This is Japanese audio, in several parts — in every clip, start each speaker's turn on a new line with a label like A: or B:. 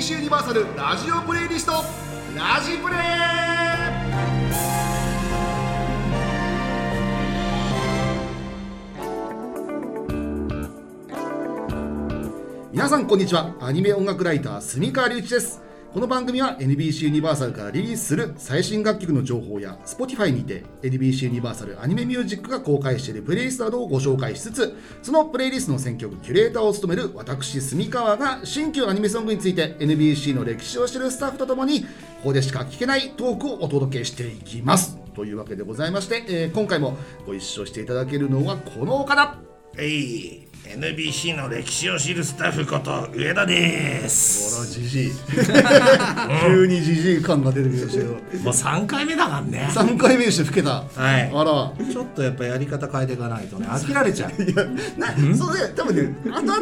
A: シュユニバーサルラジオプレイリストラジプレ皆さんこんにちはアニメ音楽ライター住川隆一ですこの番組は NBC ユニバーサルからリリースする最新楽曲の情報や Spotify にて NBC ユニバーサルアニメミュージックが公開しているプレイリストなどをご紹介しつつそのプレイリストの選曲キュレーターを務める私住川が新旧アニメソングについて NBC の歴史を知るスタッフとともにここでしか聞けないトークをお届けしていきますというわけでございまして、えー今回もご一緒していただけるのはこの方よ
B: えい NBC の歴史を知るスタッフこと上田です
A: らじ じい急にじじい感が出てきましたけど
B: もう3回目だからね
A: 3回目にして老けた、
B: はい
A: あら
C: ちょっとやっぱやり方変えていかないとね飽きられ ちゃう
A: いやなそれ多分ねあとあと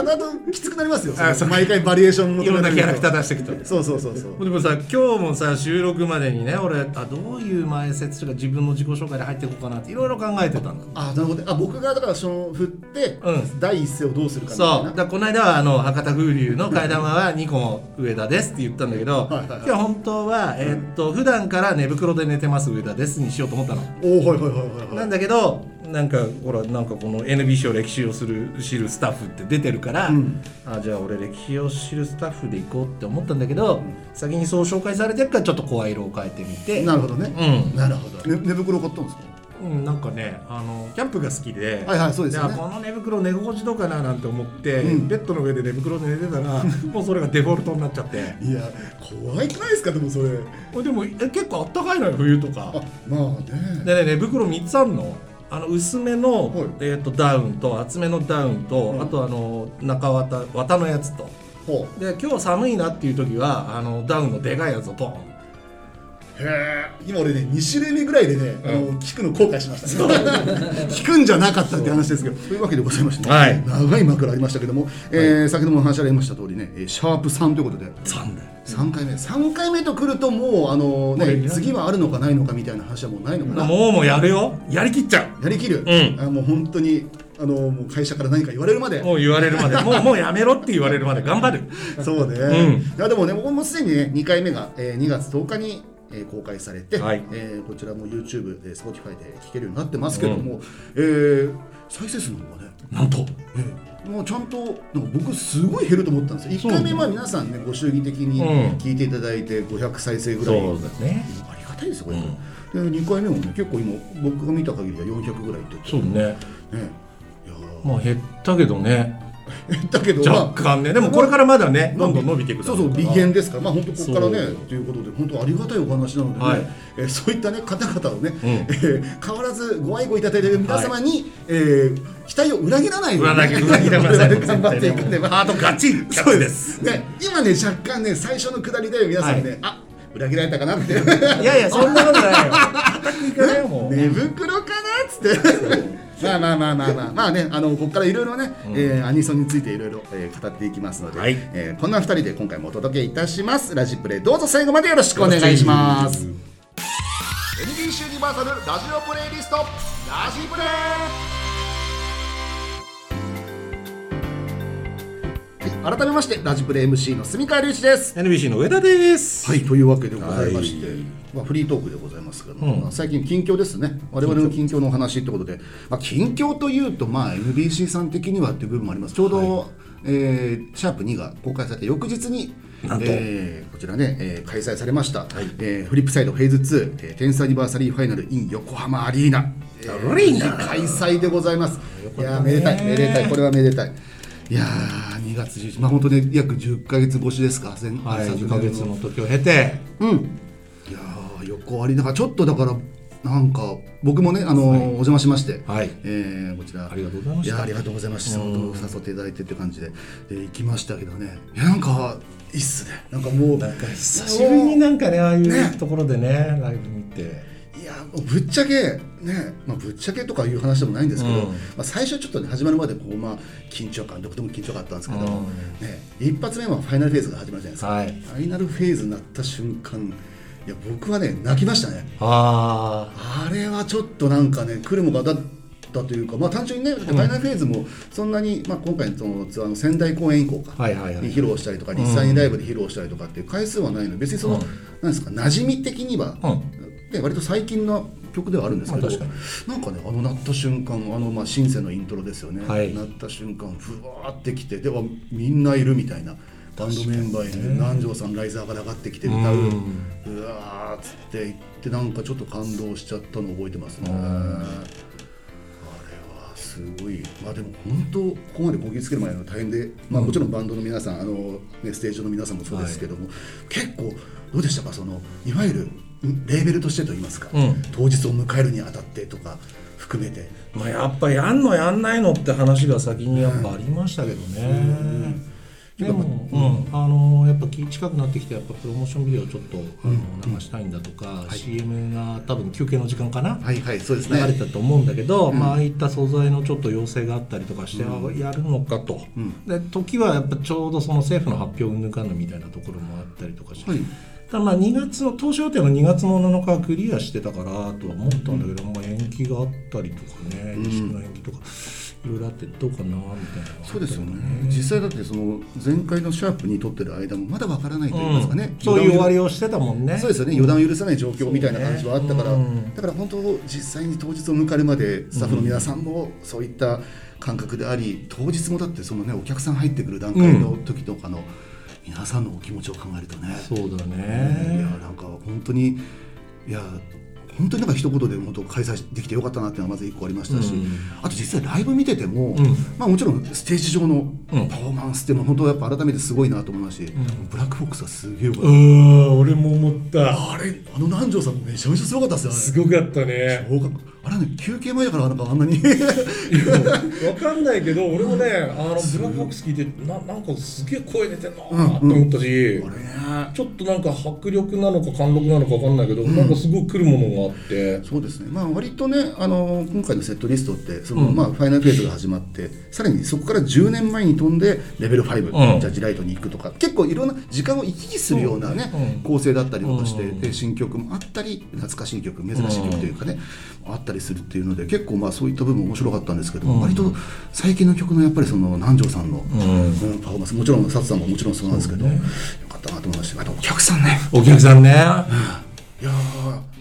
A: あとあときつくなりますよその毎回バリエーション
C: いろんなキャラクター
A: だ
C: 出してきて
A: そうそうそうそう
C: でもさ今日もさ収録までにね俺あどういう前説とか自分の自己紹介で入っていこうかなっていろいろ考えてたんだ
A: あなるほどあ僕がだからその振って、
C: うん
A: 第一声をどうするかみ
C: そう
A: たいな
C: だからこの間はあの博多風流の替え玉は2個上田ですって言ったんだけど
A: はいはいはい
C: 今日本当は、えーっと普段から寝袋で寝てます上田ですにしようと思ったの
A: おおはいはいはいはいはい
C: なんだけどなんかほらなんかこの NBC を歴史をする知るスタッフって出てるから、
A: ん
C: あじゃあ俺歴史を知るスタッフで行こうって思ったんだけど、先にそう紹介されてるからちょっと声色を変えてみて
A: なるほどね、
C: う
A: なるほど、ね、寝袋買ったんですか
C: うん、なんかねあのキャンプが好きで、
A: はいはいそうですよね
C: あこの寝袋寝心地どうかななんて思って、
A: うん
C: ベッドの上で寝袋で寝てた らもうそれがデフォルトになっちゃって
A: いや怖いくないですかでもそれ
C: あでもえ結構あったかいのよ冬とか
A: あまあね
C: でね寝袋3つあるのあの薄めの、
A: はい
C: えー、とダウンと厚めのダウンと、
A: うん
C: あとあの中綿綿のやつと
A: ほ
C: で今日寒いなっていう時はあのダウンのでかいやつをポン
A: うへえ今俺ね2種類目ぐらいでね、あの聞くの後悔しました、 聞くんじゃなかったって話ですけどというわけでございまして、ね
C: はい
A: 長い枕ありましたけども、えー先ほどもお話ありました通りねえーシャープ3ということで
C: 3だ
A: 3回目3回目と来るともうあの
C: もうい
A: ね
C: らない
A: 次はあるのかないのかみたいな話はもうないのかな、
C: もうもうやるよやりきっちゃ
A: やりきる、
C: うん
A: あもう本当にあのもう会社から何か言われるまで
C: うもう言われるまでもうもうやめろって言われるまで頑張る
A: そうね、
C: うん
A: いやでもねもうすでにね2回目が、えー2月10日に、えー公開されて、
C: はい
A: えーこちらも YouTube、えー Spotify で聴けるようになってますけども、えー再生数の方がね
C: なんと
A: もうちゃんとなんか僕すごい減ると思ったんですよ1回目まあ皆さんねご祝儀的に
C: うん
A: 聞いていただいて500再生ぐらい、
C: すね
A: ありがたいですよこれ、で2回目もね結構今僕が見た限りでは400ぐらいいってて
C: そうね
A: ね いやー
C: まあ減ったけどね
A: だけどまあ
C: 若干ねでもこれからまだねどんどん伸びていくだ
A: そう
C: ろ
A: そう
C: から
A: 微減ですからまあ本当ここから
C: そ
A: ね
C: う
A: ということで本当ありがたいお話なのでね、
C: はい
A: えーそういったね方々をね、
C: うん
A: えー変わらずご愛顧いただいている皆様に、えー期待を裏切らないように
C: 裏切裏切らない
A: 頑張っていくねば
C: ハートガチンキャッチです
A: ね今ね若干ね最初の下りで皆さんね、
C: はい
A: あ裏切られたかなって
C: いやいや、そんなこと ないよ。全く行かないよ、もう。
A: 寝袋かなっつって。まあまあまあまあまあまあねあのここからいろいろね、えーアニソンについていろいろえー語っていきますので、
C: はい
A: えーこんな二人で今回もお届けいたしますラジプレイどうぞ最後までよろしくお願いします NBC ユニバーサルラジオプレイリストラジプレイ改めましてラジプレイ MC の住川隆一です
C: NBC の上田です。
A: はい、というわけでございまして、
C: はい
A: まあ、フリートークでございますけども、
C: うん
A: まあ最近近況ですね我々の近況のお話ということで、まあ、近況というと、まあ、NBC さん的にはという部分もありますちょうど、えーシャープ2」が公開された翌日に
C: なんと
A: えーこちらね、えー開催されました、えーフリップサイドフェーズ2、えー、天才アニバーサリーファイナル in 横浜アリーナ、えー
C: アリーナ
A: 開催でございますいやーめでたいめでたいこれはめでたいいやー2月11まあ本当ね約10ヶ月越しですか前
C: はい、
A: 昨年
C: 1ヶ月の時を経て、
A: うん、いやー横ありだからちょっとだからなんか僕もね、あのーお邪魔しまして、
C: はい
A: えーこちら
C: ありがとうございました
A: やありがとうございました本当誘っていただいてって感じでで行きましたけどねいやなんかいいっすねなんかもう
C: なんか久しぶりになんかね、ああいうところでね、ライブ見て。
A: いやもうぶっちゃけね、まあ、ぶっちゃけとかいう話でもないんですけど、
C: うん
A: まあ、最初ちょっと、ね、始まるまでこう、まあ、緊張感どこでも緊張感あったんですけど、
C: うん
A: ね、一発目はファイナルフェーズが始まるじゃないですか、
C: はい
A: ファイナルフェーズになった瞬間いや僕はね泣きましたね
C: あ
A: あれはちょっとなんかね来るもんかだたというか、まあ、単純にねだってファイナルフェーズもそんなに、まあ、今回のそのツアーの仙台公演以降か、
C: はいはいはい
A: に披露したりとか実際にライブで披露したりとかっていう回数はないので別にその、なんですか馴染み的には、で割と最近の曲ではあるんですけど、
C: まあ確か
A: なんかねあの鳴った瞬間あのまあシンセのイントロですよね、
C: はい
A: 鳴った瞬間ふわーってきてではみんないるみたいなバンドメンバーにね南條さんライザーが上がってきて歌う、うわーっつって言ってなんかちょっと感動しちゃったの覚えてますね。あすごい、まあ、でも本当、ここまでこぎつける前の大変で、まあ、もちろんバンドの皆さん、あのね、ステージ上の皆さんもそうですけども、結構、どうでしたか、そのいわゆるんレーベルとしてといいますか、
C: うん
A: 当日を迎えるにあたってとか含めて、
C: まあ、やっぱやんのやんないのって話が先にやっぱありましたけどね、でも、うんあのやっぱき近くなってきてやっぱプロモーションビデオちょっとあの流したいんだとか、CM が多分休憩の時間かな、
A: はいはい、そうです
C: 流れ
A: ね、
C: てたと思うんだけど、まあああいった素材のちょっと要請があったりとかして、あやるのかと、で時はやっぱちょうどその政府の発表を抜かぬみたいなところもあったりとかして、
A: はい
C: ただまあ2月の当初予定の2月の7日はクリアしてたからとは思ったんだけど、まあ延期があったりとかね自粛の延期とかいろいろあってどうかなみたいな
A: そうですよね、実際だって、その前回のシャープに撮ってる間も、まだわからないと言いますかね、
C: そういう終わりをしてたもんね
A: そうですよね予断を許さない状況みたいな感じはあったから、
C: そうね
A: だから本当実際に当日を迎えるまでスタッフの皆さんもそういった感覚であり当日もだってそのねお客さん入ってくる段階の時とかの皆さんのお気持ちを考えるとね、
C: そうだ
A: いや
C: ね
A: なんか本当にいや本当になんか一言で本当開催できてよかったなっていうのはまず一個ありましたし、
C: うん
A: あと実際ライブ見てても、
C: ん
A: まあもちろんステージ上のパ
C: うん
A: フォーマンスっていうのは本当やっぱ改めてすごいなと思いますし、ブラックフォックスはすげえよかった
D: うーん俺も思った
A: あれあの南條さんめちゃめちゃすごかったっすよね
D: すごかったね
A: ごかったあれね休憩前だからなんかあんなに
D: わかんないけど俺もねあのブラックボックス聞いてななんかすげえ声出てんなーって思ったし、ちょっとなんか迫力なのか貫禄なのかわかんないけど、なんかすごい来るものがあって
A: そうですねまあ割とねあの今回のセットリストってその、まあ、ファイナルフェーズが始まってさらにそこから10年前に飛んでレベル5、
C: うん
A: ジャッジライトに行くとか結構いろんな時間を行き来するようなね、構成だったりとかして、で新曲もあったり懐かしい曲珍しい曲というかね、あったりするっていうので結構まあそういった部分面白かったんですけど、割と最近の曲のやっぱりその南條さんの、うんパフォーマンスもちろん佐藤さんももちろんそうなんですけど、よかったなと思いましたあとお客さんね
C: お客さんね
A: いやーや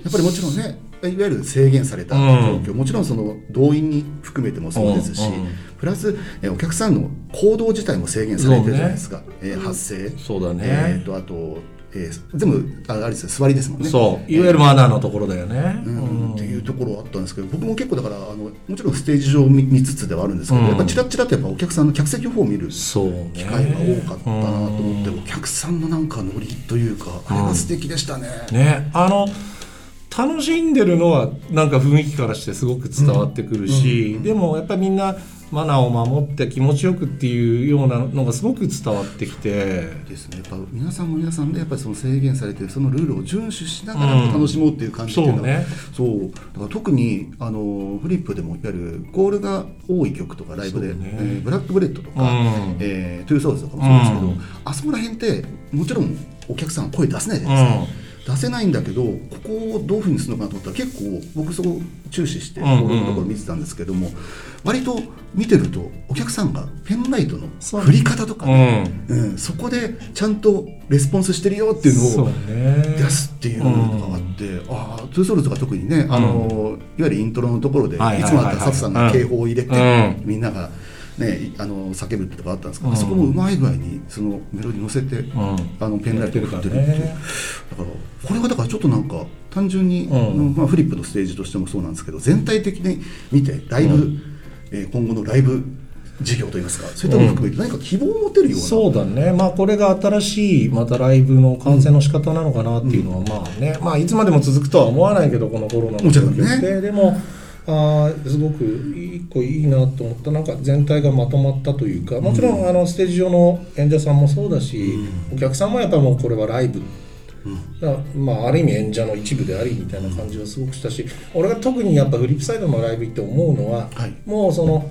A: っぱりもちろんねいわゆる制限された状況、もちろんその動員に含めてもそうですし、
C: うんうん
A: プラスえーお客さんの行動自体も制限されてるじゃないですか、えー発声
C: そうだね
A: えーとあと、えー全部ああれですよ座りですもんね
C: そういわゆるマナーのところだよね、
A: うんっていうところはあったんですけど僕も結構だからあのもちろんステージ上を見見つつではあるんですけど、やっぱチラッチラッとやっぱお客さんの客席の方を見る
C: そうね
A: 機会が多かったなと思って、お客さんのなんかノリというかあれは素敵でしたね、
C: ねあの楽しんでるのはなんか雰囲気からしてすごく伝わってくるし、でもやっぱりみんなマナーを守って気持ちよくっていうようなのがすごく伝わってきて
A: ですね、やっぱ皆さんも皆さんでやっぱりその制限されてるそのルールを遵守しながら楽しもうっていう感じっていうのは、
C: うん
A: そうだから特にあのフリップでもいわゆるゴールが多い曲とかライブで、
C: そうね
A: えーブラックブレッドとか、
C: うん
A: えートゥーソウルズとかもそうですけど、
C: うん
A: あそこら辺ってもちろんお客さんは声出せないじゃないですか。出せないんだけどここをどういうふうにするのかなと思ったら結構僕そこ注視して
C: うんうんうん
A: ゴールのところ見てたんですけども、割と見てるとお客さんがペンライトの
C: そう
A: 振り方とか、
C: うん
A: うん、そこでちゃんとレスポンスしてるよっていう
C: そ
A: の
C: う
A: を
C: ね
A: 出すっていうのがあって、ああトゥーソルズが特にねあのー、いわゆるイントロのところで、
C: はい
A: い
C: はいは
A: つ
C: いはい
A: もだったらサツさんが警報を入れて、
C: うん
A: みんなが、ね、いあのー叫ぶってとかあったんですけど、
C: うん
A: そこもうまい具合にそのメロディー乗せて、
C: ん
A: あのペンライトで振ってるって
C: や
A: い
C: って
A: う、
C: るからね
A: だからこれはだからちょっとなんか単純に、
C: ん
A: あのまあ、フリップのステージとしてもそうなんですけど全体的に見てライブ、えー今後のライブ事業といいますかそういったのも含めて何か希望を持てるような。
C: そうだねまあこれが新しいまたライブの完成の仕方なのかなっていうのはまあね、まあいつまでも続くとは思わないけどこのコロナの
A: もちろんね
C: ででもあーすごくいい子いいなと思ったなんか全体がまとまったというかもちろんあのステージ上の演者さんもそうだし、お客さんもやっぱもうこれはライブだまあ、ある意味演者の一部でありみたいな感じはすごくしたし俺が特にやっぱフリップサイドのライブ行って思うのは、
A: はい
C: もうその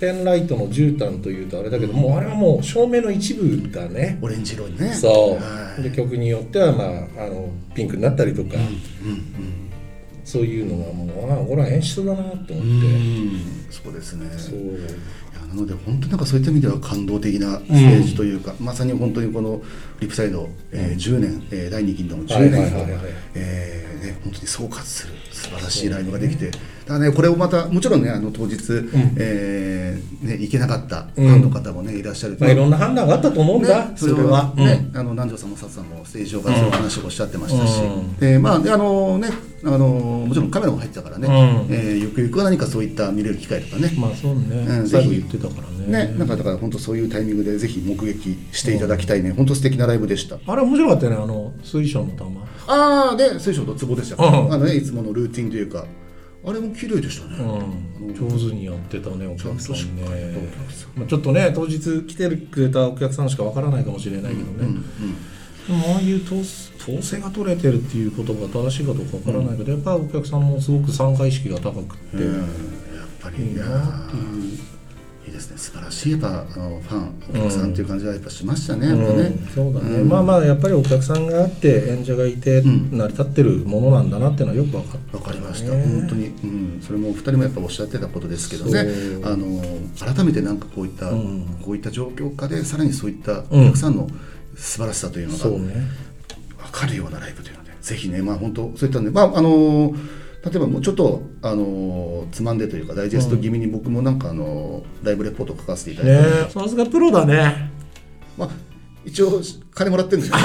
C: ペンライトの絨毯というとあれだけど、もうあれはもう照明の一部だね、
A: オレンジ色にね
C: そう、
A: はい
C: で曲によっては、まあ、あのピンクになったりとか、そういうのがもうああ俺は演出だなと思って、
A: うんそうですね
C: そう
A: いやなので本当になんかそういった意味では感動的なステージというか、まさに本当にこのリップサイド、えー10年、えー第2期の10年
C: はいはいはい
A: を
C: はい
A: えーね本当に総括する素晴らしいライブができて、だからねこれをまたもちろんねあの当日、えーね行けなかったファンの方もね、いらっしゃると
C: まあ、いろんな判断があったと思うんだ、
A: ね、
C: そ
A: そ
C: れ
A: れ
C: は
A: は、、
C: うん
A: ねあの南條さんも佐藤さんもステージ上からそういう話をおっしゃってましたし、
C: うん
A: でまあであのねあのもちろんカメラも入ってたからね、
C: うん
A: えーゆくゆくは何かそういった見れる機会とかね、
C: まあそうね、
A: うん
C: 最後言ってたからね
A: ね、なんかだから本当そういうタイミングでぜひ目撃していただきたいね、本当素敵なライブでした。
C: あれ面白かったよねあの水晶の玉
A: ああ、で、水晶と壺でした。
C: うん
A: あのね、いつものルーティンというか、あれも綺麗でしたね。
C: うん、上手にやってたねお客さんね
A: 客さ、
C: まあ、ちょっとね当日来てくれたお客さんしかわからないかもしれないけどね、でもああいう統統制が取れてるっていうことが正しいかどうかわからないけど、やっぱりお客さんもすごく参加意識が高くって、
A: うんやっぱり
C: いい
A: いや
C: なっていう
A: いいですね、素晴らしいやっぱあのファン、お客さんっていう感じはやっぱしましたね、やっぱね。
C: うんそうだね、まあまあやっぱりお客さんがあって演者がいて
A: ん
C: 成り立ってるものなんだなっていうのはよく分かった
A: わかりました、
C: ね
A: 本当に、うん、それもお二人もやっぱおっしゃってたことですけどね
C: そう
A: あの改めてなんかこういった、
C: ん
A: こういった状況下でさらにそういった
C: うん
A: お客さんの素晴らしさというのが
C: そう
A: 分
C: ね
A: かるようなライブというので、ぜひねまあ本当そういったねまああの例えばもうちょっとあのつまんでというかダイジェスト気味に僕もなんかあのライブレポート書かせていただいて、
C: ねさすがプロだね
A: まあ一応金もらってるんです よ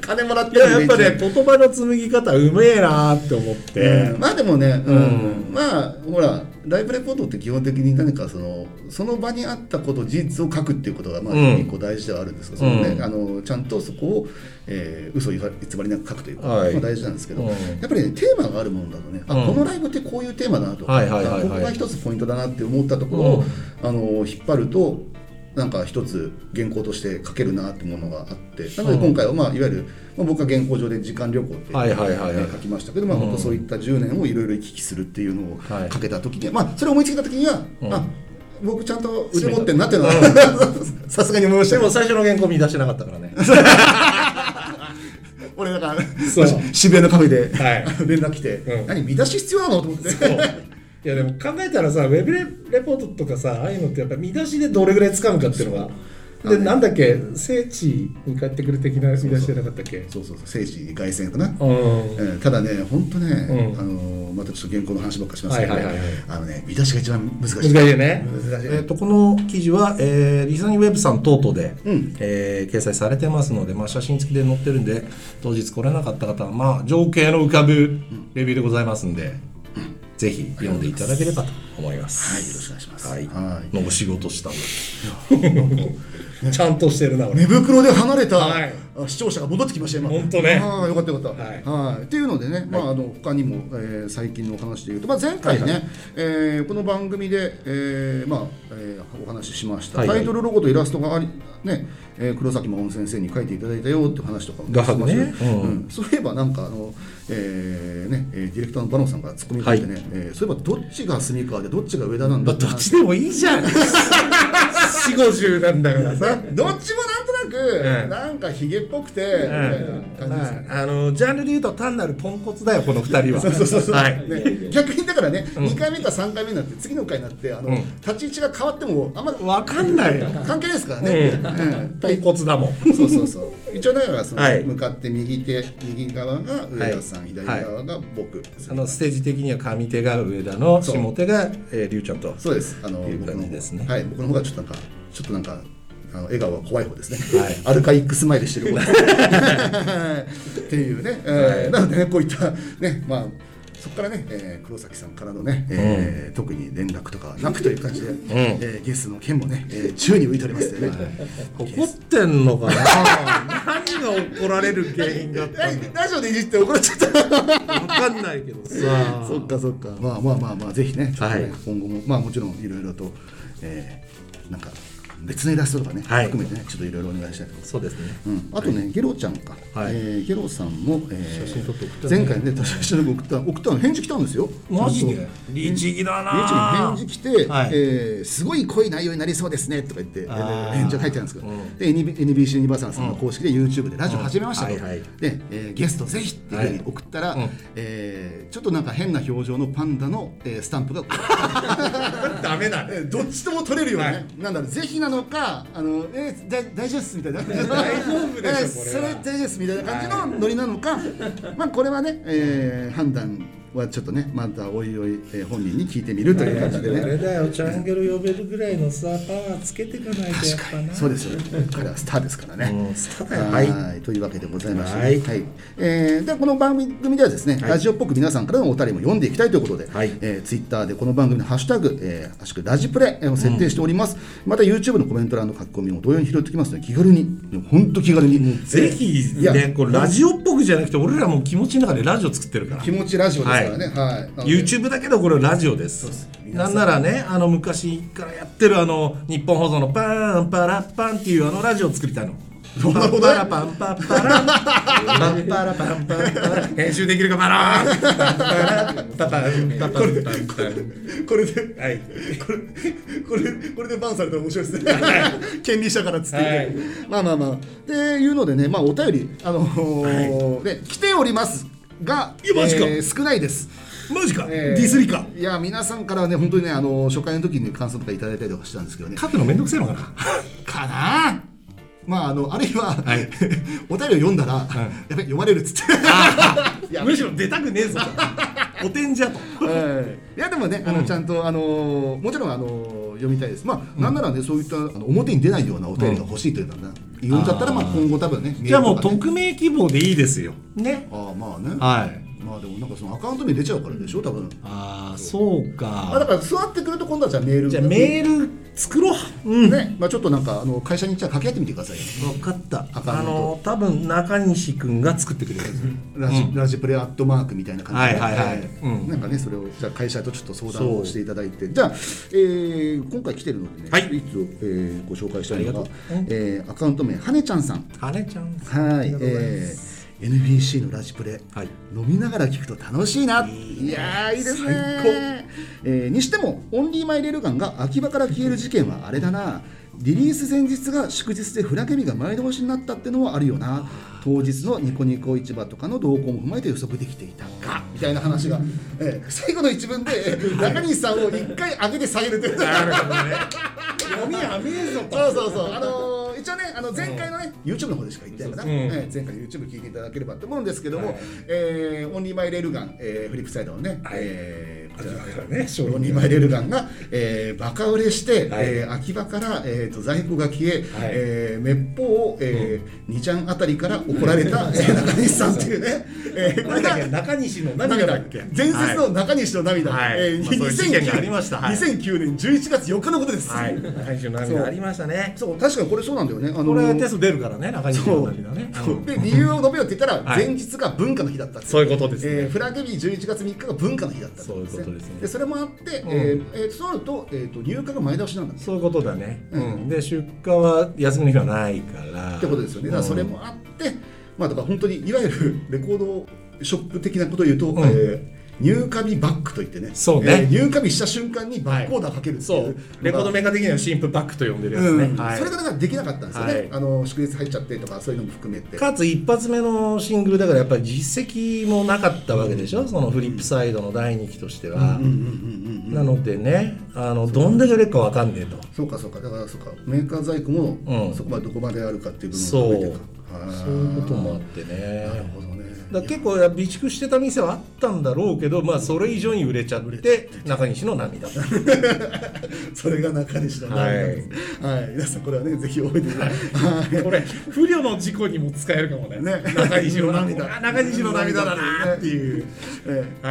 A: 金もらって
C: い
A: るん
C: や
A: で
C: やっぱね
A: 一応
C: 言葉の紡ぎ方うめえなーって思って、
A: うんまあでもね、うん
C: う
A: まあほらライブレポートって基本的に何かそのその場にあったこと事実を書くっていうことがまあ
C: うん
A: 一個大事ではあるんですけど、その
C: うん
A: ね、あのちゃんとそこを、えー、嘘偽りなく書くというか、
C: はい
A: まあ、大事なんですけど、
C: うん
A: やっぱりねテーマがあるものだとね、
C: うん
A: あこのライブってこういうテーマだなとか、
C: はいはいはいはい
A: あここが一つポイントだなって思ったところを、
C: うん
A: あの引っ張るとなんか一つ原稿として書けるなってものがあってなので今回はまあいわゆる、まあ、僕は原稿上で時間旅行って、
C: はいはいはいはい
A: ね書きましたけど、まあ、本当そういった10年をいろいろ行き来するっていうのを
C: はい
A: かけた時には、まあそれを思いついた時には、
C: うん
A: あ僕ちゃんと腕持ってんなっていうのは さすがに思いました
C: で
A: けど
C: も最初の原稿見出してなかったからね
A: 俺だから
C: そう
A: 渋谷のカフェで、
C: はい
A: 連絡来て、
C: うん
A: 何見出し必要なのと思って
C: いやでも考えたらさウェブレポートとかさああいうのってやっぱ見出しでどれぐらい掴むかっていうのがでなんだっけ聖地に帰ってくる的な見出しじゃなかったっけ
A: そうそうそう聖地凱旋かな、
C: うん
A: えーただね、本当ね、
C: うん
A: あのーまたちょっと原稿の話ばっかりしますけど、
C: はいはいはいはい
A: あのね、見出しが一番難しい。
C: 難しいよね
A: 難しい
C: えー、とこの記事は、えー、リサニーウェブさん等々で、
A: うん
C: えー掲載されてますので、まあ、写真付きで載ってるんで当日来れなかった方は、まあ、情景の浮かぶレビューでございますんで、ぜひ読んでいただければと思い
A: はい、よ
C: ま
A: ろしくお
C: す。
A: 願いします。
C: はい
A: はい
C: のお仕事したんです
E: ちゃんとしてるな
A: 寝
E: 俺
A: 袋で離れた、
E: はい
A: あ視聴者が戻ってきました今
E: 本当ね
A: ああよかったよかった
E: はい
A: はいっていうのでね、まああの他にも、えー最近のお話でいうと、まあ、前回ね、えーこの番組で、えーまあえーお話ししました、
C: はいはい
A: タイトルロゴとイラストがありね、えー黒崎真音先生に書いていただいたよって話とかも
C: 画伯ね
A: してました
C: うん
A: うんそういえばなんかあの、えーねえーディレクターのバノンさんがツッコミ入ってね、えーそういえばどっちが住川でどっちが上田なんだ
C: ど
A: って
C: っちでもいいじゃん四五十なんだからさ。
A: どっちもなんとなく、
C: うん
A: なんかひげっぽくて、みたいな感じですね。
C: まあ、あのジャンルで言うと単なるポンコツだよこの二人ははい
A: ね、逆にだからね、2回目か3回目になって次の回になってあの、立ち位置が変わってもあんま
C: わかんないよ
A: 関係ないですからね、
C: え
A: うん
C: ポンコツだもん
A: そうそうそう一応だからその、
C: はい
A: 向かって右手右側が上田さん、左側が僕、
C: あのステージ的には上手が上田の
A: そう
C: 下手が、えー、リュウちゃんと
A: そうですあの
C: いう感じ
A: 僕の
C: ですね
A: はい僕の方がちょっとなんかちょっとなんかあの笑顔は怖い方ですね、
C: はい
A: アルカイックスマイルしてる方です っていうね、えーなのでねこういったねまあそこからね、えー黒崎さんからのね、えー特に連絡とかはなくという感じで、えーゲストの件もね、えー宙に浮いておりますよね、
C: 怒ってんのかな 何が怒られる原因だったんだ
A: ララジオでいじって怒られちゃった
C: 分かんないけどさ
A: そっかそっか。まあまあまあまあぜひね、ちょっとね
C: はい
A: 今後もまあもちろんいろいろと、えーなんか別のイラストとかね、
B: はい
A: 含めてねちょっといろいろお願いしたいと思います
C: そうですね
A: うん、あとね、ゲロちゃんか、
C: はい
A: えーゲロさんも、えー
C: 写真撮って送ったね
A: 前回ね、写真撮って送った送ったの返事来たんですよ
C: マジで
A: ちゃんと
B: 律儀だな
A: リーチに返事来て、
C: はい
A: えーすごい濃い内容になりそうですねとか言ってえ
C: あ
A: ー
C: ー
A: 返事が書いてあるんですけど、で NB- NBC ユニバーサルさんの公式で YouTube でラジオ始めましたと、
C: うんはいはい
A: でえーゲストぜひっていうふうに送ったら、えーちょっとなんか変な表情のパンダの、えースタンプが
C: ダメだ
A: どっちとも取れるよね、なんだろうぜひなのかあの、えーだ大丈夫ですみたいな大
C: 丈夫でしょこれは
A: 大丈夫ですみたいな感じのノリなのか、まあこれはね、えー判断はちょっとねまたおいおい、えー本人に聞いてみるという感じでね
E: あれだよチャンゲル呼べるぐらいのさパワーつけていかないとやっぱな
A: そうですよね。彼はスターですからね。
E: スターだよ
A: はい、というわけでございまして、は
C: はいい
A: えーではこの番組ではですね、ラジオっぽく皆さんからのお便りも読んでいきたいということで、
C: はい
A: えツイッター Twitter でこの番組のハッシュタグ、えー、あしくラジプレを設定しております、また YouTube のコメント欄の書き込みも同様に拾ってきますので気軽に本当気軽に
C: ぜひ
A: いや
C: ねこうラジオっぽくじゃなくて俺らもう気持ちの中でラジオ作ってるから
A: 気持ちラジオですからね、はいなので
C: YouTube だけどこれラジオですなんならねあの昔からやってるあの日本放送のパーンパラッパンっていうあのラジオを作りたいの
A: なるほどね
C: パラパンパッパランパンパラパンパンパラン編集できるかパランパンパランパンパランパンパラン
A: これで
C: はい
A: これ これこれでバンされたら面白いですね 権利者からっつって、
C: はい
A: まあまあまあっていうのでねまあお便りあのーね来ておりますが
C: いやマジか
A: えー少ないです、
C: マジか
A: え
C: デ
A: ー
C: ィスリか
A: いや皆さんからはね本当にねあのー初回の時に感想とかいただいたりとかしたんですけどね
C: 書くのめんどくせえのかな
A: かなあまああのあるいは、
C: い
A: お便りを読んだら、やっぱり読まれるっつって
C: むしろ出たくねえぞとおてんじゃ
A: い
C: と
A: やでもね、あのちゃんとあのもちろんあの読みたいです。まあなんならね、そういったあの表に出ないようなお便りが欲しいというのはね、読んじゃったらまあ今後多分ね、
C: じゃあもう
A: メールとかね
C: 匿名希望でいいですよね
A: ああまあね、
C: はい
A: まあでもなんかそのアカウントに出ちゃうからでしょ多分。
C: ああそう
A: あだ
C: か
A: から座ってくると今度はじゃあメール
C: じゃあメール作ろううん
A: ね、まあちょっとなんかあの会社にじゃあ掛け合ってみてくださいよ。
C: 分かった
A: アカウント
C: あの多分中西君が作ってくれる
A: ラジ、ラジプレアットマークみたいな感じで、
C: はいはいはいうん
A: なんかねそれをじゃあ会社とちょっと相談
C: そ
A: を
C: う
A: していただいてじゃあ、えー今回来てるのでね、
C: はい
A: いつを、えーご紹介したいのが
C: ありがとう
A: えーアカウント名はねちゃんさん
C: あれちゃん
A: は
C: あり
A: い
C: がとうございま
A: え
C: す
A: ー NBC のラジプレ、
C: はい
A: 飲みながら聞くと楽しいないやーいいですねえーにしてもオンリーマイレールガンが秋葉から消える事件はあれだなリリース前日が祝日でフラケミが前倒しになったってのはあるよな当日のニコニコ市場とかの動向も踏まえて予測できていたかみたいな話が、えー最後の一文でえー中西さんを一回上げて下げるという
C: 読みやめえぞ
A: そうそうそう、あのー一応ね、あの前回のね、YouTube の方でしか言ってないかな、
C: うん
A: えー前回 YouTube 聞いていただければと思うんですけども、えーオンリーマイレールガン、えーフリップサイドのね、えーこちら
C: ね
A: オンリーマイレールガンが、えーバカ売れして、
C: はい
A: えー秋葉から、えーと在庫が消え、
C: はい
A: えー滅法を、えー二ちゃんあたりから怒られた、えー中西さんっていう ね、えーこれが
C: 中西の
A: 涙だっけ伝説の中西の涙、
C: はい
A: えー
C: まあそういう事件がありましたはい
A: 2009年11月4日のことです、
C: はい中西の涙ありましたね
A: そう確かにこれそうなんだよね。あの
C: これテスト出るからね中西
A: そ
C: の
A: う
C: 涙ね
A: そうで理由を述べようって言ったら、
C: はい
A: 前日が文化の日だったって
C: そういうことですね
A: えーフラゲビー11月3日が文化の日だったって
C: そういうことですね
A: でそれもあって、えーえーそうなると,、えー、と入荷が前倒しなんだ
C: そういうことだねうんで出荷は休みの日はないから
A: ってことですよねだからそれもあって、まあだから本当にいわゆるレコードショップ的なことを言うと、えー入荷日バックといってね
C: そうね
A: えー入荷日した瞬間にバックオーダーかけるっていう、
C: そうレコードメーカー的には新婦バックと呼んでるやつ
A: う
C: ね
A: ん
C: はい
A: それがだからできなかったんですよね、
C: はい
A: あの祝日入っちゃってとかそういうのも含めて
C: かつ一発目のシングルだからやっぱり実績もなかったわけでしょ、そのフリップサイドの第2期としては、なのでねあのどんだけ売れるかわかんねえと
A: そうかそうかだからそうかメーカー在庫も、
C: うん
A: そこはどこまであるかっていう部分
C: そう
A: を含めてかは
C: そういうこともあってね
A: なるほどね
C: だから結構備蓄してた店はあったんだろうけどまあそれ以上に売れちゃって中西の 涙
A: それが中西の
C: はい
A: はい、皆さんこれはねぜひ覚えてください
C: これ不慮の事故にも使えるかもね
A: ね
C: 中西 の涙あ 中西の涙だなっていう、
A: ええ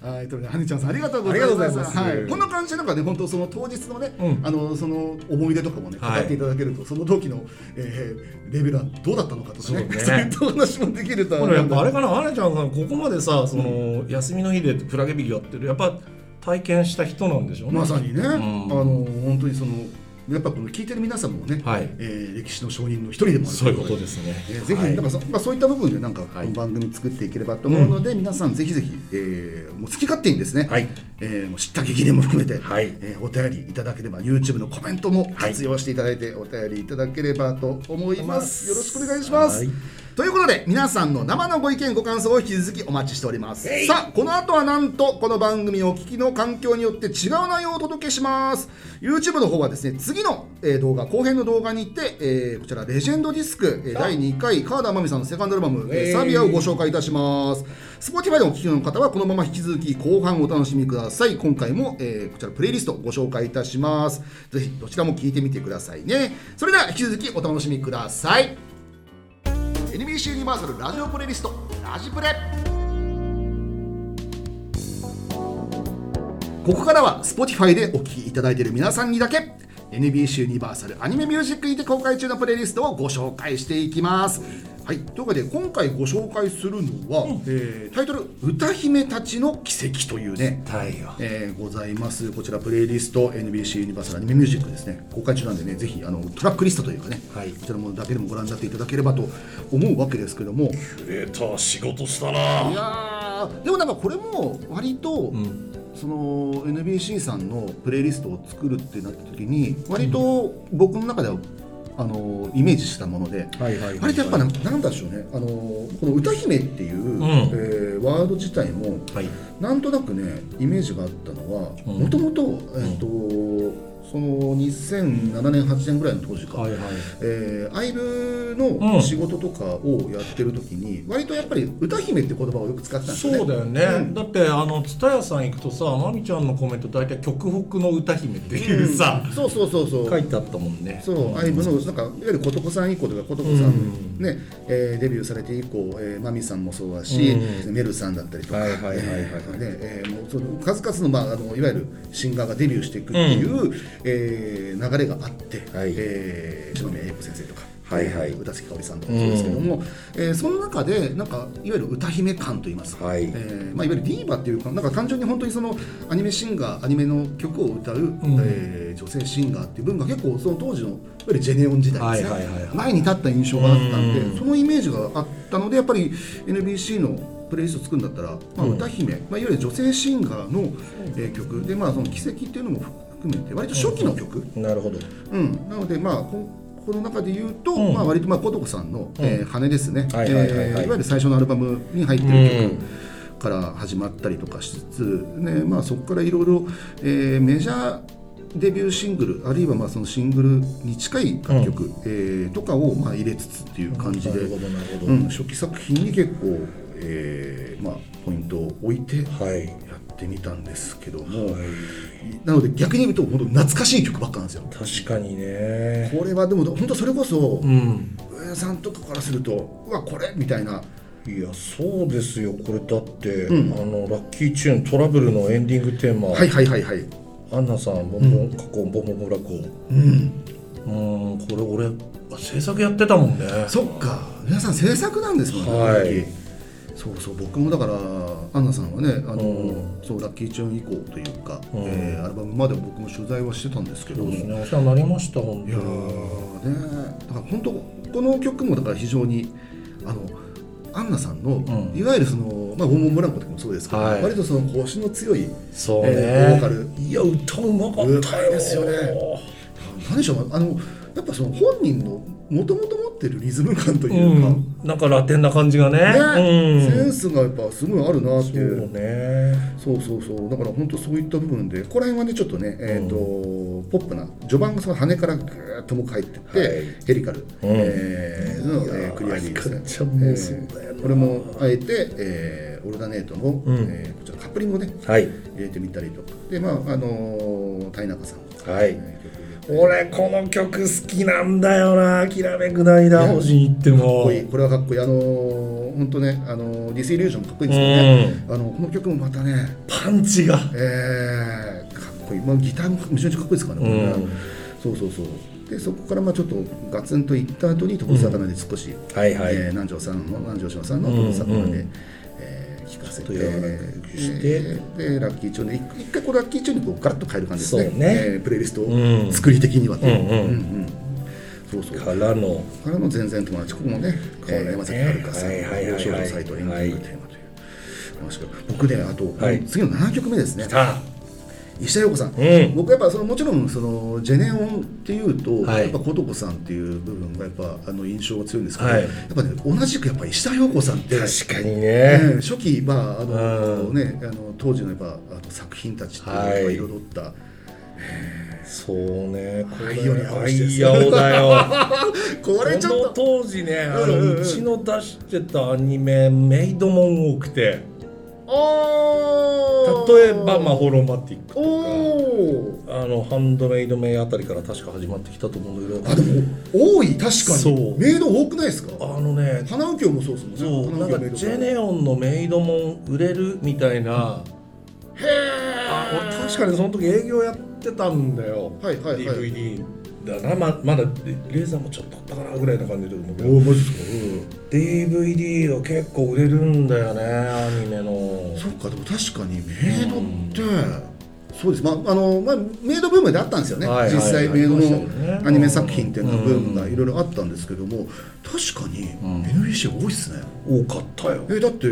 C: はい
A: はい、ということで、はねちゃんさん、ありがとうござい
C: あ
A: ます。
C: りがとうございます
A: はい、こんな感じで、なんかね、本当、その当日のね、
C: うん
A: あの、その思い出とかもね、語
C: はい
A: っていただけると、その時の、えーレベルはどうだったのかとかね、
C: そうね
A: そういったお話もできると。
C: これやっぱあれかな、アネちゃんさん、ここまでさ、その休みの日でクラゲ引きやってる、やっぱ体験した人なんでしょうね。
A: まさにね、あの本当にそのやっぱこの聞いてる皆さんもね、
F: はい
A: えー歴史の証人の一人でもある
F: そういうことですね
A: えーぜひ、
F: はい
A: なんかそまあ、そういった部分でなんかこ
F: い
A: の番組作っていければと思うので、皆さんぜひぜひ、えーもう好き勝手にですね、
F: はい
A: えーもう知った激励も含めて、
F: はい
A: えーお便りいただければ YouTube のコメントも活用していただいて、お便りいただければと思いますよろしくお願いします、
F: はい
A: ということで皆さんの生のご意見ご感想を引き続きお待ちしておりますさあこの後はなんとこの番組をお聞きの環境によって違う内容をお届けします YouTube の方はですね次の、えー動画後編の動画にて、えーこちらレジェンドディスク、えー第2回川田真美さんのセカンドアルバム「えーサビア」をご紹介いたします Spotify でお聞きの方はこのまま引き続き後半お楽しみください今回も、えーこちらプレイリストご紹介いたしますぜひどちらも聞いてみてくださいねそれでは引き続きお楽しみください NBC ユニバーサルラジオプレイリストラジプレここからは Spotify でお聴きいただいている皆さんにだけ NBC ユニバーサルアニメミュージックにて公開中のプレイリストをご紹介していきます。はい、というわけで今回ご紹介するのは、えータイトル「歌姫たちの奇跡」というね、
F: 太陽
A: えーございますこちらプレイリスト NBC ユニバーサルアニメミュージックですね公開中なんでねぜひあのトラックリストというかね、
F: はい
A: こちらもだけでもご覧になっていただければと思うわけですけども
B: クレーター仕事したない
A: やーでもなんかこれも割と、その NBC さんのプレイリストを作るってなった時に割と僕の中では、あのイメージしたもので、
F: はいはいはいはい
A: あれってやっぱななんだでしょうねあのこの歌姫っていう、えーワード自体も、
F: はい
A: なんとなくねイメージがあったのはもともとえっと、その2007年8年ぐらいの当時か、
F: はいはい
A: えーアイルの仕事とかをやってる時に、割とやっぱり歌姫って言葉をよく使ってたんですよね
C: そうだよね、だってあの蔦屋さん行くとさまみちゃんのコメント大体「極北の歌姫」っていうさ、
A: そうそうそうそう
C: 書いてあったもんね
A: そう、アイブのなんかいわゆる琴子さん以降とか琴子さん、ねえーデビューされて以降、えーマミさんもそうだし、メルさんだったりとか、
C: はいはいはいはい
A: えーねえーもうその数々の,、まあ、あのいわゆるシンガーがデビューしていくっていう、えー流れがあって、
C: はい
A: えー篠宮英子先生とか。
C: はいはい
A: えー歌関かおりさんとかもそうですけども、えーその中でなんかいわゆる歌姫感といいますか、
C: はい
A: えーまあ、いわゆるディーバっていうかなんか単純に本当にそのアニメシンガーアニメの曲を歌う、えー女性シンガーっていう文が結構その当時のいわゆるジェネオン時代ですね、
F: はいはいはいはい
A: 前に立った印象があったんで、そのイメージがあったのでやっぱり NBC のプレイリスト作るんだったら、まあ、歌姫、まあ、いわゆる女性シンガーの、えー曲で、まあ、その奇跡っていうのも含めて割と初期の曲、
C: なるほど
A: うん、なので、まあ、ここの中で言うと、まあ、割と、まあ、琴子さんの、えー羽ですね、
C: はいはいはいはい
A: えーいわゆる最初のアルバムに入ってる曲から始まったりとかしつつ、ねまあ、そこからいろいろえーメジャーデビューシングルあるいはまあそのシングルに近い楽曲、えーとかをまあ入れつつっていう感じで、うん、初期作品に結構、えーまあ、ポイントを置いて
C: はい
A: やってみたんですけども、なので逆に言うと本当懐かしい曲ばっかなんですよ。
C: 確かにね
A: これはでも本当それこそ、上田さんとかからするとうわこれみたいない
C: やそうですよこれだって、あのラッキーチューントラブルのエンディングテーマ、
A: はいはいはいはい
C: アンナさんボンボン過去ボンボンブラコ
A: うん
C: うんこれ俺制作やってたもんね
A: そっか皆さん制作なんですもんね、
C: はい
A: ラッキーそうそう僕もだからアンナさんはねあの、そうラッキーチューン以降というか、えーアルバムまで僕も取材はしてたんですけども、
C: そうですねお世話になりました本当
A: いや
C: に
A: ーねだから本当この曲もだから非常にあのアンナさんの、いわゆるそのまあゴンボンブランコとかもそうですけど、
C: はい
A: 割とその腰の強い
C: そうね、
A: えーボーカル
C: いや歌うまかった
A: うま
C: よ
A: いですよね何でしょうあのやっぱその本人のもともと持ってるリズム感という
C: う
A: か、
C: ん、なんかラテンな感じがね
A: ね
C: うん
A: センスがやっぱすごいあるなって
C: そ
A: いう
C: うね
A: そうそうそうだから本当そういった部分でここら辺はねちょっとね、えーとポップな序盤がその羽からぐーっともう入ってって、ヘリカル、えーの、えークリアリーですね、えーこれもあえて、えーオルタネートの、えーこちらカップリングをね
C: はい
A: 入れてみたりとかでまああのー、田中さん
C: はい
A: の曲入れて
C: 俺この曲好きなんだよな「きらめくないだ星に行って
A: かっ
C: も
A: こいいこれはかっこいいあのー本当ねあのーディスイリュージョンもかっこいいんですけどね、あのこの曲もまたね
C: パンチが
A: えー、かっこいい、まあ、ギターもめちゃめちゃかっこいいですからね、これねそうそうそうでそこからまあちょっとガツンといった後に「とこ魚」で少し、
C: はいはい
A: えー南條さんの南條翔さんの「とこ魚で」えー聞かせせて
C: と柔らかくして
A: えーでラッキーチューンで一一回こうラッキーチューンにこうガラッと変える感じですね
C: そうね
A: えープレイリストを作り的にはっていう
C: うんうん
A: うんうんそうそう
C: からの
A: からの全然友達ここもねえー
C: ね
A: 山崎はるかさん
C: はいはいはいはい
A: 表彰のサイト演技がテーマという話が僕ねあと、
C: はい
A: 次の7曲目ですね
C: あ
A: 石田洋子さん、
C: うん
A: 僕やっぱそのもちろんそのジェネオンっていうと、
C: はい
A: やっぱ琴子さんっていう部分がやっぱあの印象が強いんですけど、
C: はい
A: やっぱね同じくやっぱ石田洋子さんって
C: 確かに
A: ね
C: ね
A: 初期、まああの
C: うん
A: ね、あの当時のやっぱあの作品たちっていうのが
C: はい
A: 彩った、
C: そうね
A: 愛用に合わせて
C: 愛用だよ
A: これち
C: こ
A: ょ
C: の
A: っと
C: 当時ねあ
A: うんうんうん
C: のうちの出してたアニメメイドもん多くて
A: おー
C: 例えば「マホロマティック」とか
A: おー
C: あのハンドメイドメイあたりから確か始まってきたと思うんだけど
A: あでも多い確か
C: そ
A: に
C: う
A: メイド多くないですか
C: あのね
A: 花右京もそうですもんね
C: そう
A: 花右京
C: なんか
A: メイド
C: ジェネオンのメイドもん売れるみたいな、あ俺確かにその時営業やってたんだよ、
A: はいはいはい
C: DVD だなままだレーザーもちょっとあったかなぐらいな感じで思うけど
A: おーマジですか、
C: DVD は結構売れるんだよねアニメの
A: そうかでも確かにメイドって、そうですまああの、まあ、メイドブームであったんですよね、
C: はいはい
A: 実際メイド
C: ありましたよ
A: の
C: ね
A: アニメ作品っていうのはブームがいろいろあったんですけども確かに NBC 多いっすね、
C: 多かったよ
A: えだって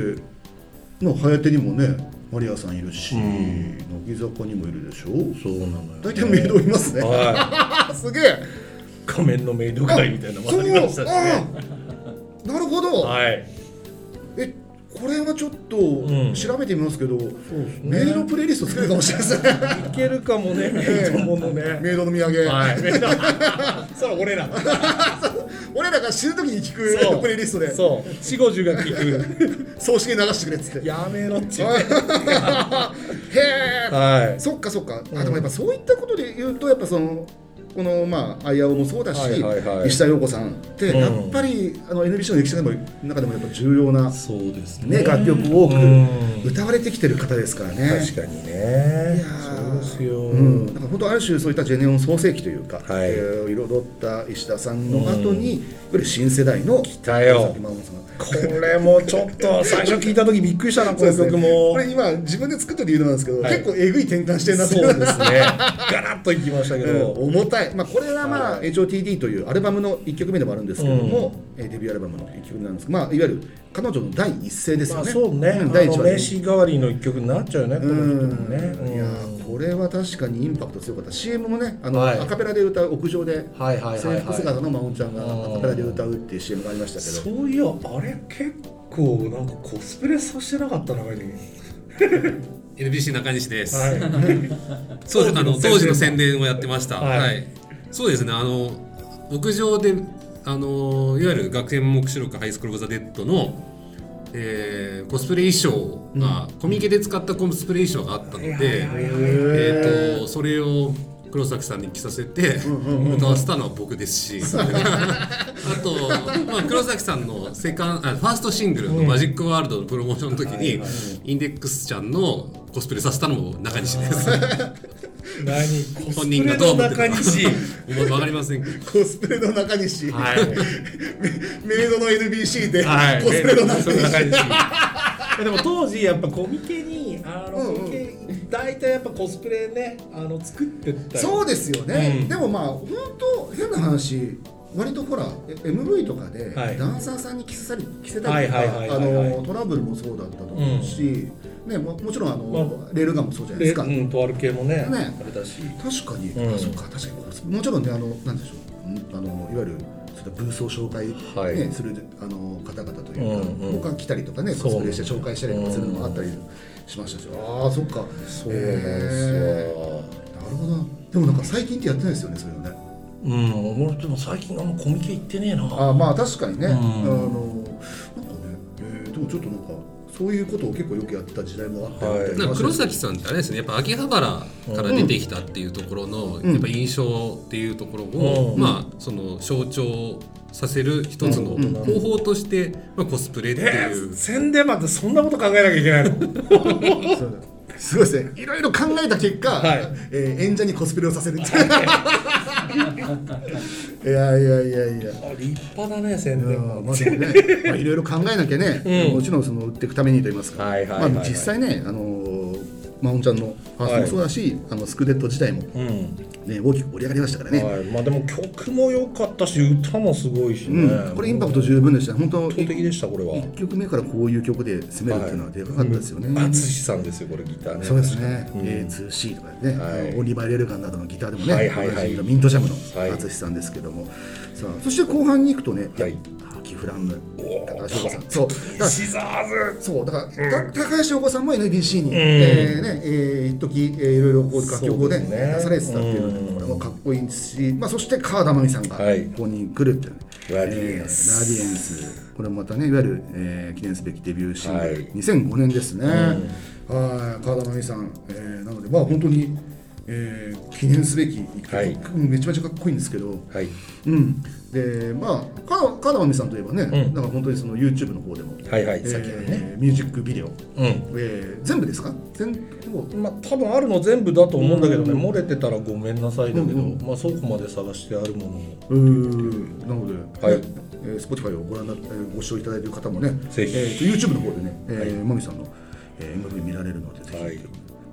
A: の早手にもねマリアさんいるし、
C: ん
A: 乃木坂にもいるでしょ
C: そうなのよ
A: 大体メイドいますね、
C: は
A: あすげえ
C: い仮面のメイド会みたいなのもありましたしね
A: あなるほど、
C: はい
A: えこれはちょっと
C: ん
A: 調べてみますけど、
C: ですね
A: メイドプレイリスト作るかもしれ ないですね
C: いけるかもねメイドものね
A: メイドの土産、
C: はいメイド それ俺ら
A: 俺らが死ぬ時に聞
C: そ
A: く
C: う
A: プレイリストで
C: そう四五十が 聞く
A: 葬式に流してくれっつって
C: やめろっちゅう
A: へえ
C: はい
A: そっかそっかあでもやっぱそういったことで言うとやっぱそのこのまあアイアオもそうだし、
C: はいはいはい
A: 石田洋子さんって
C: うん
A: やっぱり、あの NBC の歴史の中でも中でもやっぱ重要な、
C: そうです
A: ね、楽曲多
C: うん
A: く歌われてきてる方ですからね。
C: 確かにね
A: いやー
C: そうですよ、
A: うん、なんか本当ある種そういったジェネオン創世期というか、
C: はい
A: えー彩った石田さんの後に、いわゆる新世代の来
C: たよ
A: 真央さんが
C: これもちょっと最初聞いた時びっくりしたなこの曲も
A: これ今自分で作った理由なんですけど、
C: はい
A: 結構えぐい転換してるなって
C: そうですね ガラッといきましたけど、
A: うん重たい、まあ、これはまあ、
C: は
A: HOTD というアルバムの1曲目でもあるんですけども、えーデビューアルバムの1曲目なんですけど、まあ、いわゆる彼女の第一声です
C: ま
A: よ
C: あ
A: ね。
C: そうね、
A: ん
C: あ
A: 第
C: の
A: 一話
C: 名刺代わりの一曲になっちゃうよね、この人
A: う
C: もね、
A: んいやーこれは確かにインパクト強かった CM もねあの、
C: はい
A: アカペラで歌う屋上で
C: はいはいはいはい
A: 制服姿の真央ちゃんが
C: うん
A: アカペラで歌うっていう CM がありましたけ
C: そ
A: ど
C: ういやあれ結構なんかコスプレさせてなかった長いに
F: NBC 中西です、
C: はい
F: そうですあの
C: 当
F: 当
C: 時
F: 時
C: の宣
F: の宣伝をやってました、
C: は
F: はいいそうですねあの屋上であのいわゆる学園目視録ハイスクール・オブ・ザ・デッドの、えーコスプレ衣装が、コミケで使ったコスプレ衣装があったので、えー、とそれを黒崎さんに着させて歌わせたのは僕です し、あと、まあ、黒崎さんのセカンあファーストシングルの「マジックワールド」のプロモーションの時に、インデックスちゃんのコスプレさせたのも中西です。
C: 何コス
F: 本
C: プ
F: 人
C: レ
F: がどう
C: の
F: 思って
C: 中
F: るか
C: 西
F: わかりませんけど。
A: コスプレの中西、
F: はい。
A: メイドの NBC で、
C: はい
A: コスプレの中
C: コスプレの中
A: 西
C: 西いや でも当時やっぱコミケにあの、
A: うんうん
C: コミケ大体やっぱコスプレねあの作ってった
A: そううですよね、
C: うん
A: でもまあ本当変な話割とほらえ MV とかで
C: はい
A: ダンサーさんに着せたり着せたりと
C: はいはいはい
A: か
C: は
A: あ
C: いはい
A: のトラブルもそうだったと思うし、ね、ももちろんあの、
C: ま
A: レールガンもそうじゃないで
C: です
A: か、
C: うん、とある系もね
A: ね
C: あれだし
A: 確かに、
C: うん
A: あそうか確かにこうもちろんねあのなんでしょううんあのいわゆるそういったブースを紹介、ね
C: はい
A: するあの方々というか、
C: うんうん
A: 僕が来たりとかねコ
C: そう
A: スプレして紹介したりとかするのもあったりしましたし、ああそっか
C: そうなんですよ、
A: へーなるほどでもなんか最近ってやってないですよねそういうのね
C: うん俺でも最近あんまコミケ行ってねえな
A: あまあ確かにね、
C: うん
A: あのなんかね、えーでもちょっとなんかそういうことを結構よくやってた時代もあった
C: はい
A: みたいな
F: なん
A: 話
F: か
A: です
F: 黒崎さんってあれですねやっぱ秋葉原から出てきたっていうところの、
A: ん
F: やっぱ印象っていうところを、
C: うん
F: まあその象徴させる一つの方法として、まあ、コスプレって
C: え
F: いう、
C: 宣伝までそんなこと考えなきゃいけないの
A: そうすごいですねいろいろ考えた結果、
C: はい
A: えー演者にコスプレをさせるっていう いやいやいやいや
C: あ立派だね宣
A: いや
C: 伝
A: まあでもね、まあいろいろ考えなきゃね、もちろんその売っていくためにと言いますか、
C: はいはいはいはい
A: まあ実際ね、あのーまあおんちゃんのファーストもそうだし、あのスクデッド自体もね、
C: うん
A: 大きく盛り上がりましたからね。
C: はいまあでも曲も良かったし歌もすごいしね、
A: うん、これインパクト十分でしたね。本当
C: 圧倒的でしたこれは
A: 一曲目からこういう曲で攻めるっていうのはでかかったですよね。
C: 淳さんですよこれギターね
A: そうですね、A2C とかね、
C: はい
A: あのオリバー・レルガンなどのギターでもね、
C: はいはいはい
A: おなじみのミントジャムの
C: はい
A: 淳さんですけども、さあそして後半に行くとね、
C: はい
A: キフランム、
C: おー
A: 高橋洋子さん、そう、だから
C: シザーズ
A: そうだから、た高橋洋子さんも NBC に、えーねえー一時、えーいろいろこう楽曲をね
C: そうですね
A: 出されてたっていうので、これもかっこいいですし、まあ、そして川田真美さんがこ
C: はい
A: こに来るっていうね、
C: ラディエンス
A: えーラディエンスこれもまたねいわゆる、えー記念すべきデビューシングル、
C: はい
A: 2005年ですね、はい川田真美さん、えーなのでまあ本当に、えー記念すべき一曲、
C: はい
A: めちゃめちゃかっこいいんですけど、
C: はい
A: うん、でまあか川田真美さんといえばね、なんか本当にその YouTube の方でも、
C: はいはい
A: えー
C: さっきのね
A: ミュージックビデオ、
C: うん
A: えー全部ですか全もう
C: まあ多分あるの全部だと思うんだけどね、漏れてたらごめんなさいだけど、まあそこまで探してあるものを
A: うーなので、
C: はい
A: ねえー、Spotify をご覧になってえーご視聴いただいている方もね、
C: ぜひ
A: えーと YouTube の方でね、えーまみさんの、えー、MV 見られるので、ぜひ。
C: はい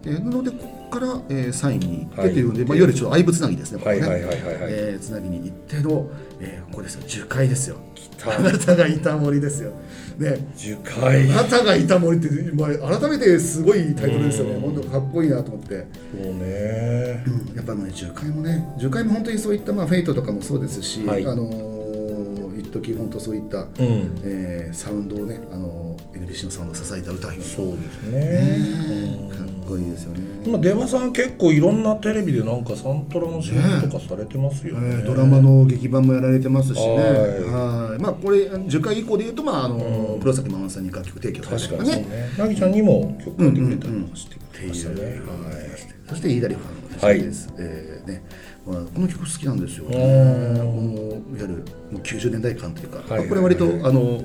A: えーなので、ここから、えー、サインに行って
C: はい
A: というので、まあ、いわゆるちょっと相部つなぎですね、ここね
C: はいはいはいはいはい
A: えーつなぎに行っての、えーここですよ、樹海ですよ。
C: た
A: あなたがいた森ですよ。ね、
C: 樹海
A: あなたがいた森って、まあ、改めてすごいタイトルですよね、本当かっこいいなと思って。
C: そうね
A: やっぱね樹海もね樹海も本当にそういった、まあ、フェイトとかもそうですし、
C: はい
A: あのー一時本当そういった、
C: ん
A: えーサウンドをね、あのー NBC のサウンドを支えた歌姫
C: そうですね
A: かっこいいですよね、
C: 今出羽さん結構いろんなテレビでなんかサントラの仕事とかされてますよ
A: え
C: ね
A: ードラマの劇版もやられてますしね
C: はい
A: はいまあこれ樹海以降でいうと、まああのー黒崎真帆さんに楽曲提供されたりと
C: 確
A: か
C: かにそう
A: ね
C: ねなぎちゃんにも曲書いてくれたりとかして
A: っ
C: く
A: て
C: れまし
A: い
C: た
A: う
C: ね、
A: ね
C: はい
A: そして飯田里帆さんの
C: はい
A: です、えーねまあ、この曲好きなんですよ、ね、このいわゆるもう90年代感というか、
C: いはいはい
A: これ割とあの、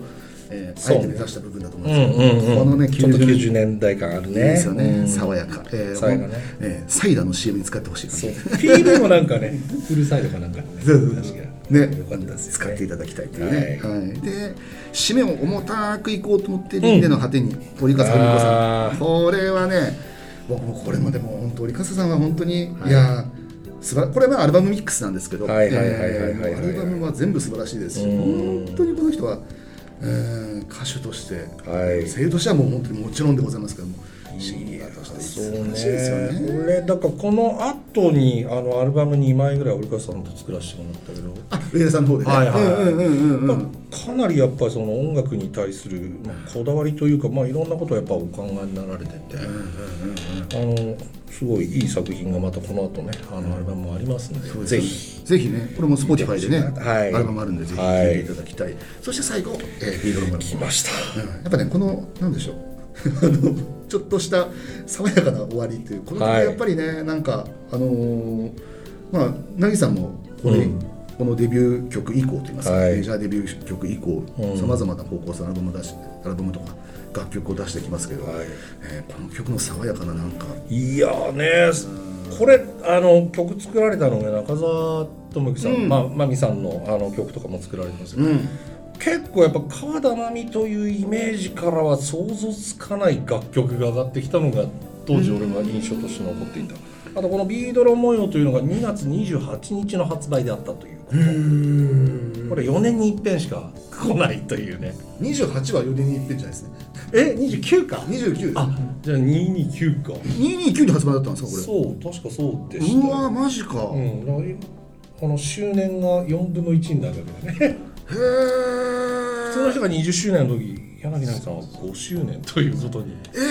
A: えー、あえて目指した部分だと思うんですけど、このね
C: ちょっと
A: 90年
C: 90年代感あるね
A: ですよね、
C: うん
A: 爽やか、えー
C: 爽やかね
A: えーサイダーの CM に使ってほしいな
C: そう PV もなんかねフルサイドかなんかね
A: そう
C: 確か
A: ね
C: よかったです
A: 使
C: よね
A: っていただきたいというね、はいで締めを重たくいこうと思って輪廻の果てに折笠文子さ
C: あ
A: んこれはね僕もこれまでも本当折笠さんは本当に、い、やー素晴らこれはアルバムミックスなんですけどえ
C: はいはいはいはいはいは
A: ーも
C: い
A: うアルバムは全部素晴らしいですし本当にこの人は、えー歌手として、
C: はい
A: 声優としてはもう本当にもちろんでございますけどもシンガーとして素晴らしいですよね。
C: これだからこの後にあのアルバム2枚ぐらい折笠さんと作らせてもらったけど
A: あ上田さんの方でね、
C: はいはい
A: うんうんうんうん
C: まあかなりやっぱりその音楽に対するまあこだわりというか、まあ、いろんなことをやっぱお考えになられてて、あのすごいいい作品がまたこの後ねあのアルバムもありますので、ぜひ
A: ぜひね、これも Spotify でね、
C: はい
A: アルバムあるんで、ぜひ
C: はい
A: 聴いていただきたい。そして最後、えー、ビードルマン。
C: 来ました
A: うんやっぱね、この、なんでしょう、 あのちょっとした爽やかな終わりという、この曲
C: はい
A: やっぱりね、なんか、あのーまあ、なぎさんもこれ、このデビュー曲以降といいますか、
C: はい
A: メジャーデビュー曲以降、さまざまな方向性のアルバムを出しアルバムとか楽曲を出してきますけど、
C: はい
A: えーこの曲の爽やかな、なんか、
C: いやーねこれあの曲作られたのが中澤智樹さん、まあ、まみさんのあの曲とかも作られてますけど、結構やっぱ川田真美というイメージからは想像つかない楽曲が上がってきたのが当時俺は印象として残っていた、あとこの「ビードロ模様」というのが2月28日の発売であったということこれ4年に一遍しか来ないというね
A: 28は4年に一遍じゃないですね、
C: え29か
A: 29ですね、
C: あじゃあ229か
A: 229で発売だったんですか、これ。
C: そう確かそうでした
A: うわマジか、
C: う
A: へ
C: ん、だからあの周年が4分の1になるわけだね 普通の
A: ー
C: 人が20周年の時柳成さんは5周年ということに
A: え
C: そう
A: ー、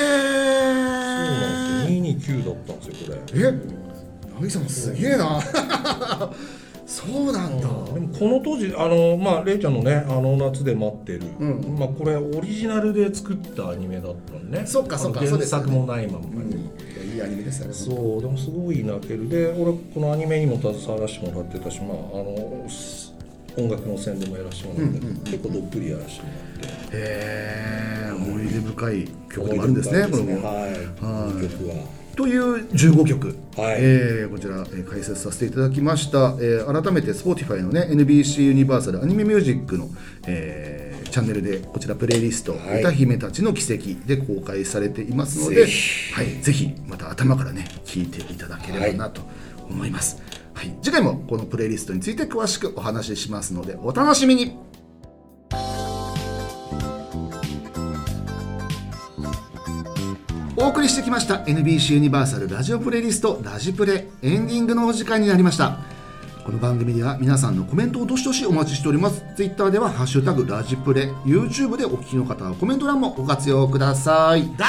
C: なんですよ229だったんですよこれ
A: えナギさんすげえな そうなんだ
C: でもこの当時あのまあレイちゃんのね「あの夏で待ってる」
A: うん
C: まあ、これオリジナルで作ったアニメだったのね
A: そっかそっか
C: あの
A: そう
C: 原
A: ですよね
C: 作もないまんまに、
A: いやいいアニメですよね
C: そうでもすごい泣けるで俺このアニメにも携わらせてもらってたしまああのす音楽の宣伝もやらせてもらって、結構どっぷりやらせてもらって
A: へえ面思い出深い曲でもあるんですね、これも。
G: はい。いい曲は。
A: という15曲、
G: はい
A: えーこちら、えー解説させていただきました、えー改めて Spotify のね NBC ユニバーサルアニメミュージックの、えーチャンネルでこちらプレイリスト「
G: い
A: 歌姫たちの奇跡」で公開されていますので
G: ぜひ
A: はい、ぜひまた頭からね聞いていただければなと思います、はい次回もこのプレイリストについて詳しくお話ししますのでお楽しみにお送りしてきました NBC ユニバーサルラジオプレイリストラジプレエンディングのお時間になりましたこの番組では皆さんのコメントをどしどしお待ちしておりますツイッターではハッシュタグラジプレ YouTube でお聞きの方はコメント欄もご活用ください
F: だ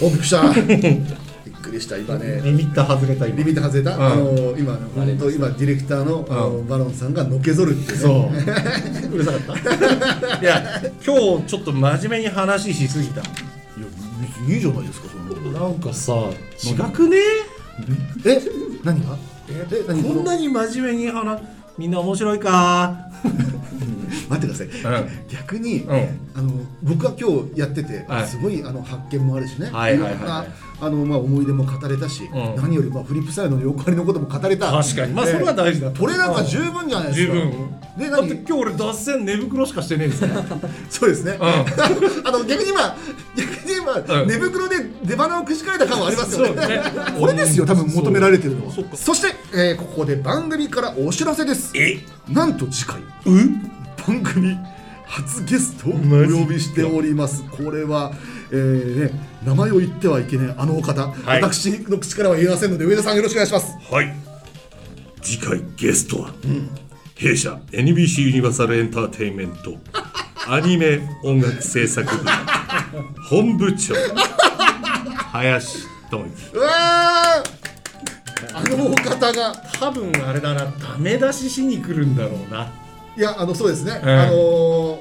A: おびっくりした びっくりした今ね
C: リミッター外れた今
A: リミット外れた、あの今ね本当今ディレクターの,、あのバロンさんがのけぞるっていうね
C: そううるさかったい や今日ちょっと真面目に話しすぎた
A: いやいいいいじゃないですかその
C: なんかさ違くね
A: え何がえ何
C: こんなに真面目に話みんな面白いか
A: 待ってください、
C: うん
A: 逆に、
C: ん
A: あの僕は今日やってて、
C: はい
A: すごいあの発見もあるしね、
C: はいはいはいはい
A: ろんなあの、まあ、思い出も語れたし、
C: うん
A: 何より、まあ、フリップサイドの横張りのことも語れた
C: 確かにまあそれは大事だ
A: これなんか十分じゃないです
C: 十
A: か
C: 分
A: で
C: だっ
A: 何
C: て今日俺脱線寝袋しかしてねえんですから
A: そうですね、
C: ん
A: あの逆に今逆に今、
C: うん
A: 寝袋で出鼻をくじかれた感はありますよね
C: そうね
A: これですよ多分求められてるのは
C: そう
A: そして、えーここで番組からお知らせです
F: え
A: なんと次回番組初ゲストをお呼びしておりますこれは、えーね、名前を言ってはいけないあのお方、
F: い
A: 私の口からは言えませんので上田さんよろしくお願いします
F: はい次回ゲストは、弊社 NBC ユニバーサルエンターテインメントアニメ音楽制作部本部 長林智之
A: うわーあのお方が
C: 多分あれだなダメ出ししに来るんだろうない
A: やあのそうですね、
C: うん
A: あの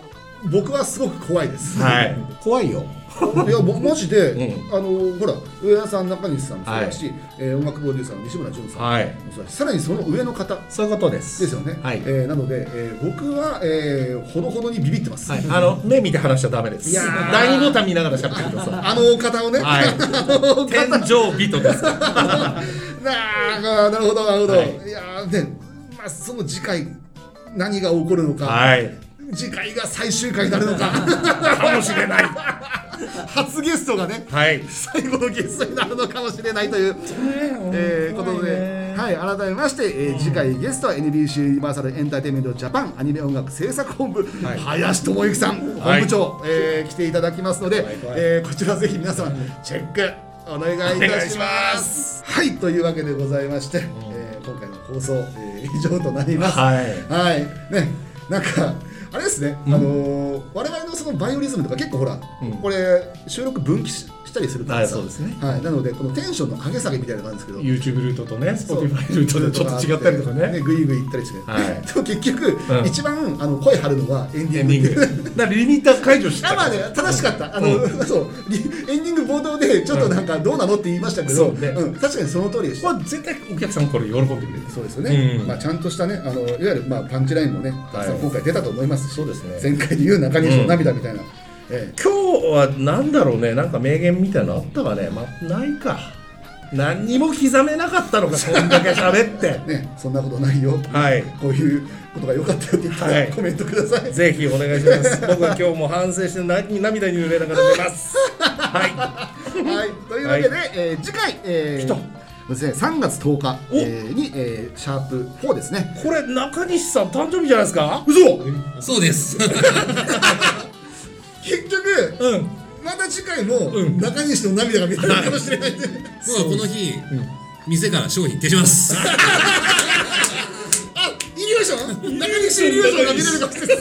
A: ー僕はすごく怖いです、
C: はい
G: 怖いよ。
A: いや僕マジで、あのーほら上田さん中西さんもそうだし、えー音楽プロデューサーの西村淳さんも
C: はい
A: そうだし、さらにその上の方
C: そういうことです
A: ですよね、
C: はい
A: えーなので、えー僕は、えーほどほどにビビってます、
C: はい、あの目見て話しちゃダメです。
A: いやー
C: 第二ボタン見ながら喋ってくださ
A: あのお方をね、
C: い。はい。天井人です。
A: なあなるほどなるほど、、
C: はいい
A: やーで、まあ、その次回何が起こるのか、
C: はい。
A: 次回が最終回になるのか
C: かもしれない。
A: 初ゲストがね
C: はい。
A: 最後のゲストになるのかもしれないという、えーことで、はい、改めまして、えー次回ゲストは NBC ユニバーサルエンターテインメントジャパンアニメ音楽制作本部、林智之さん本部長、えー来ていただきますので、えーこちらぜひ皆様チェックお願いいたします。はいというわけでございまして、えー今回の放送、えー以上となります。
C: はい
A: はいね、なんかあれですね、あのー我々のそのバイオリズムとか結構ほら、これ収録分岐ししたりするからさ
C: はいそうですね
A: はい、なのでこのテンションの上げ下げみたいなのがあるんですけど
C: YouTube ルートとね、
A: そう
C: Spotify ルートでちょっと違ったりとかね。
A: グイグイ行ったりして、
C: はい
A: でも結局、
C: ん
A: 一番あの声張るのはエンディ
C: エ
A: ン
C: ン
A: グ
C: ディ ング。だからリミッター解除した
A: あ
C: か
A: ま
C: ら
A: あね、正しかった、あの、そうリエンディング冒頭でちょっとなんかどうなのって言いましたけど、
C: そうね
A: ん、確かにその通りでした
C: まあ絶対お客さんこれ喜んでくれる。
A: そうですよね、
C: うん
A: まあ、ちゃんとしたねあのいわゆる、まあ、パンチラインもねたくさん
C: はい
A: 今回出たと思いますし、
C: そうですね
A: 前回で言う中西の涙みたいな、え
C: 今日はなんだろうね、なんか名言みたいなのあったかね。まあないか。何にも刻めなかったのか、こんだけ喋って
A: え。ねそんなことないよ、
C: はい
A: こういうことが良かったよって言ったら、
C: はい
A: コメントください
C: ぜひお願いします。僕は今日も反省してな涙に濡れながら出ます。はい。
A: はい、というわけで、えー次回、えー、
C: 来た
A: そうですね、3月10日、えーに、えーシャープ4ですね
C: これ中西さん誕生日じゃないですか
A: 嘘
H: そうです。
A: 結局
C: うん
A: また次回も、中西の涙が見られるかもしれないんで
H: もうこの日、店から商品消します。
A: あイリュージョン中西イリュージョンが見れるかもしれない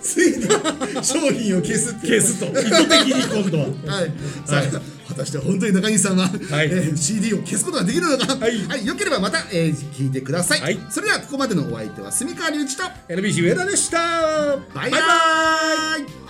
A: ついについに商品を消すっていう
C: 消すと意図的に今度は
A: はい、さあ、果たして本当に中西さんは、
C: い
A: えー CD を消すことができるのか、はいよければまた、えー聞いてください、
C: はい
A: それではここまでのお相手は住川隆一と
C: NBC 上田でした
A: バイバイ
C: バイバイ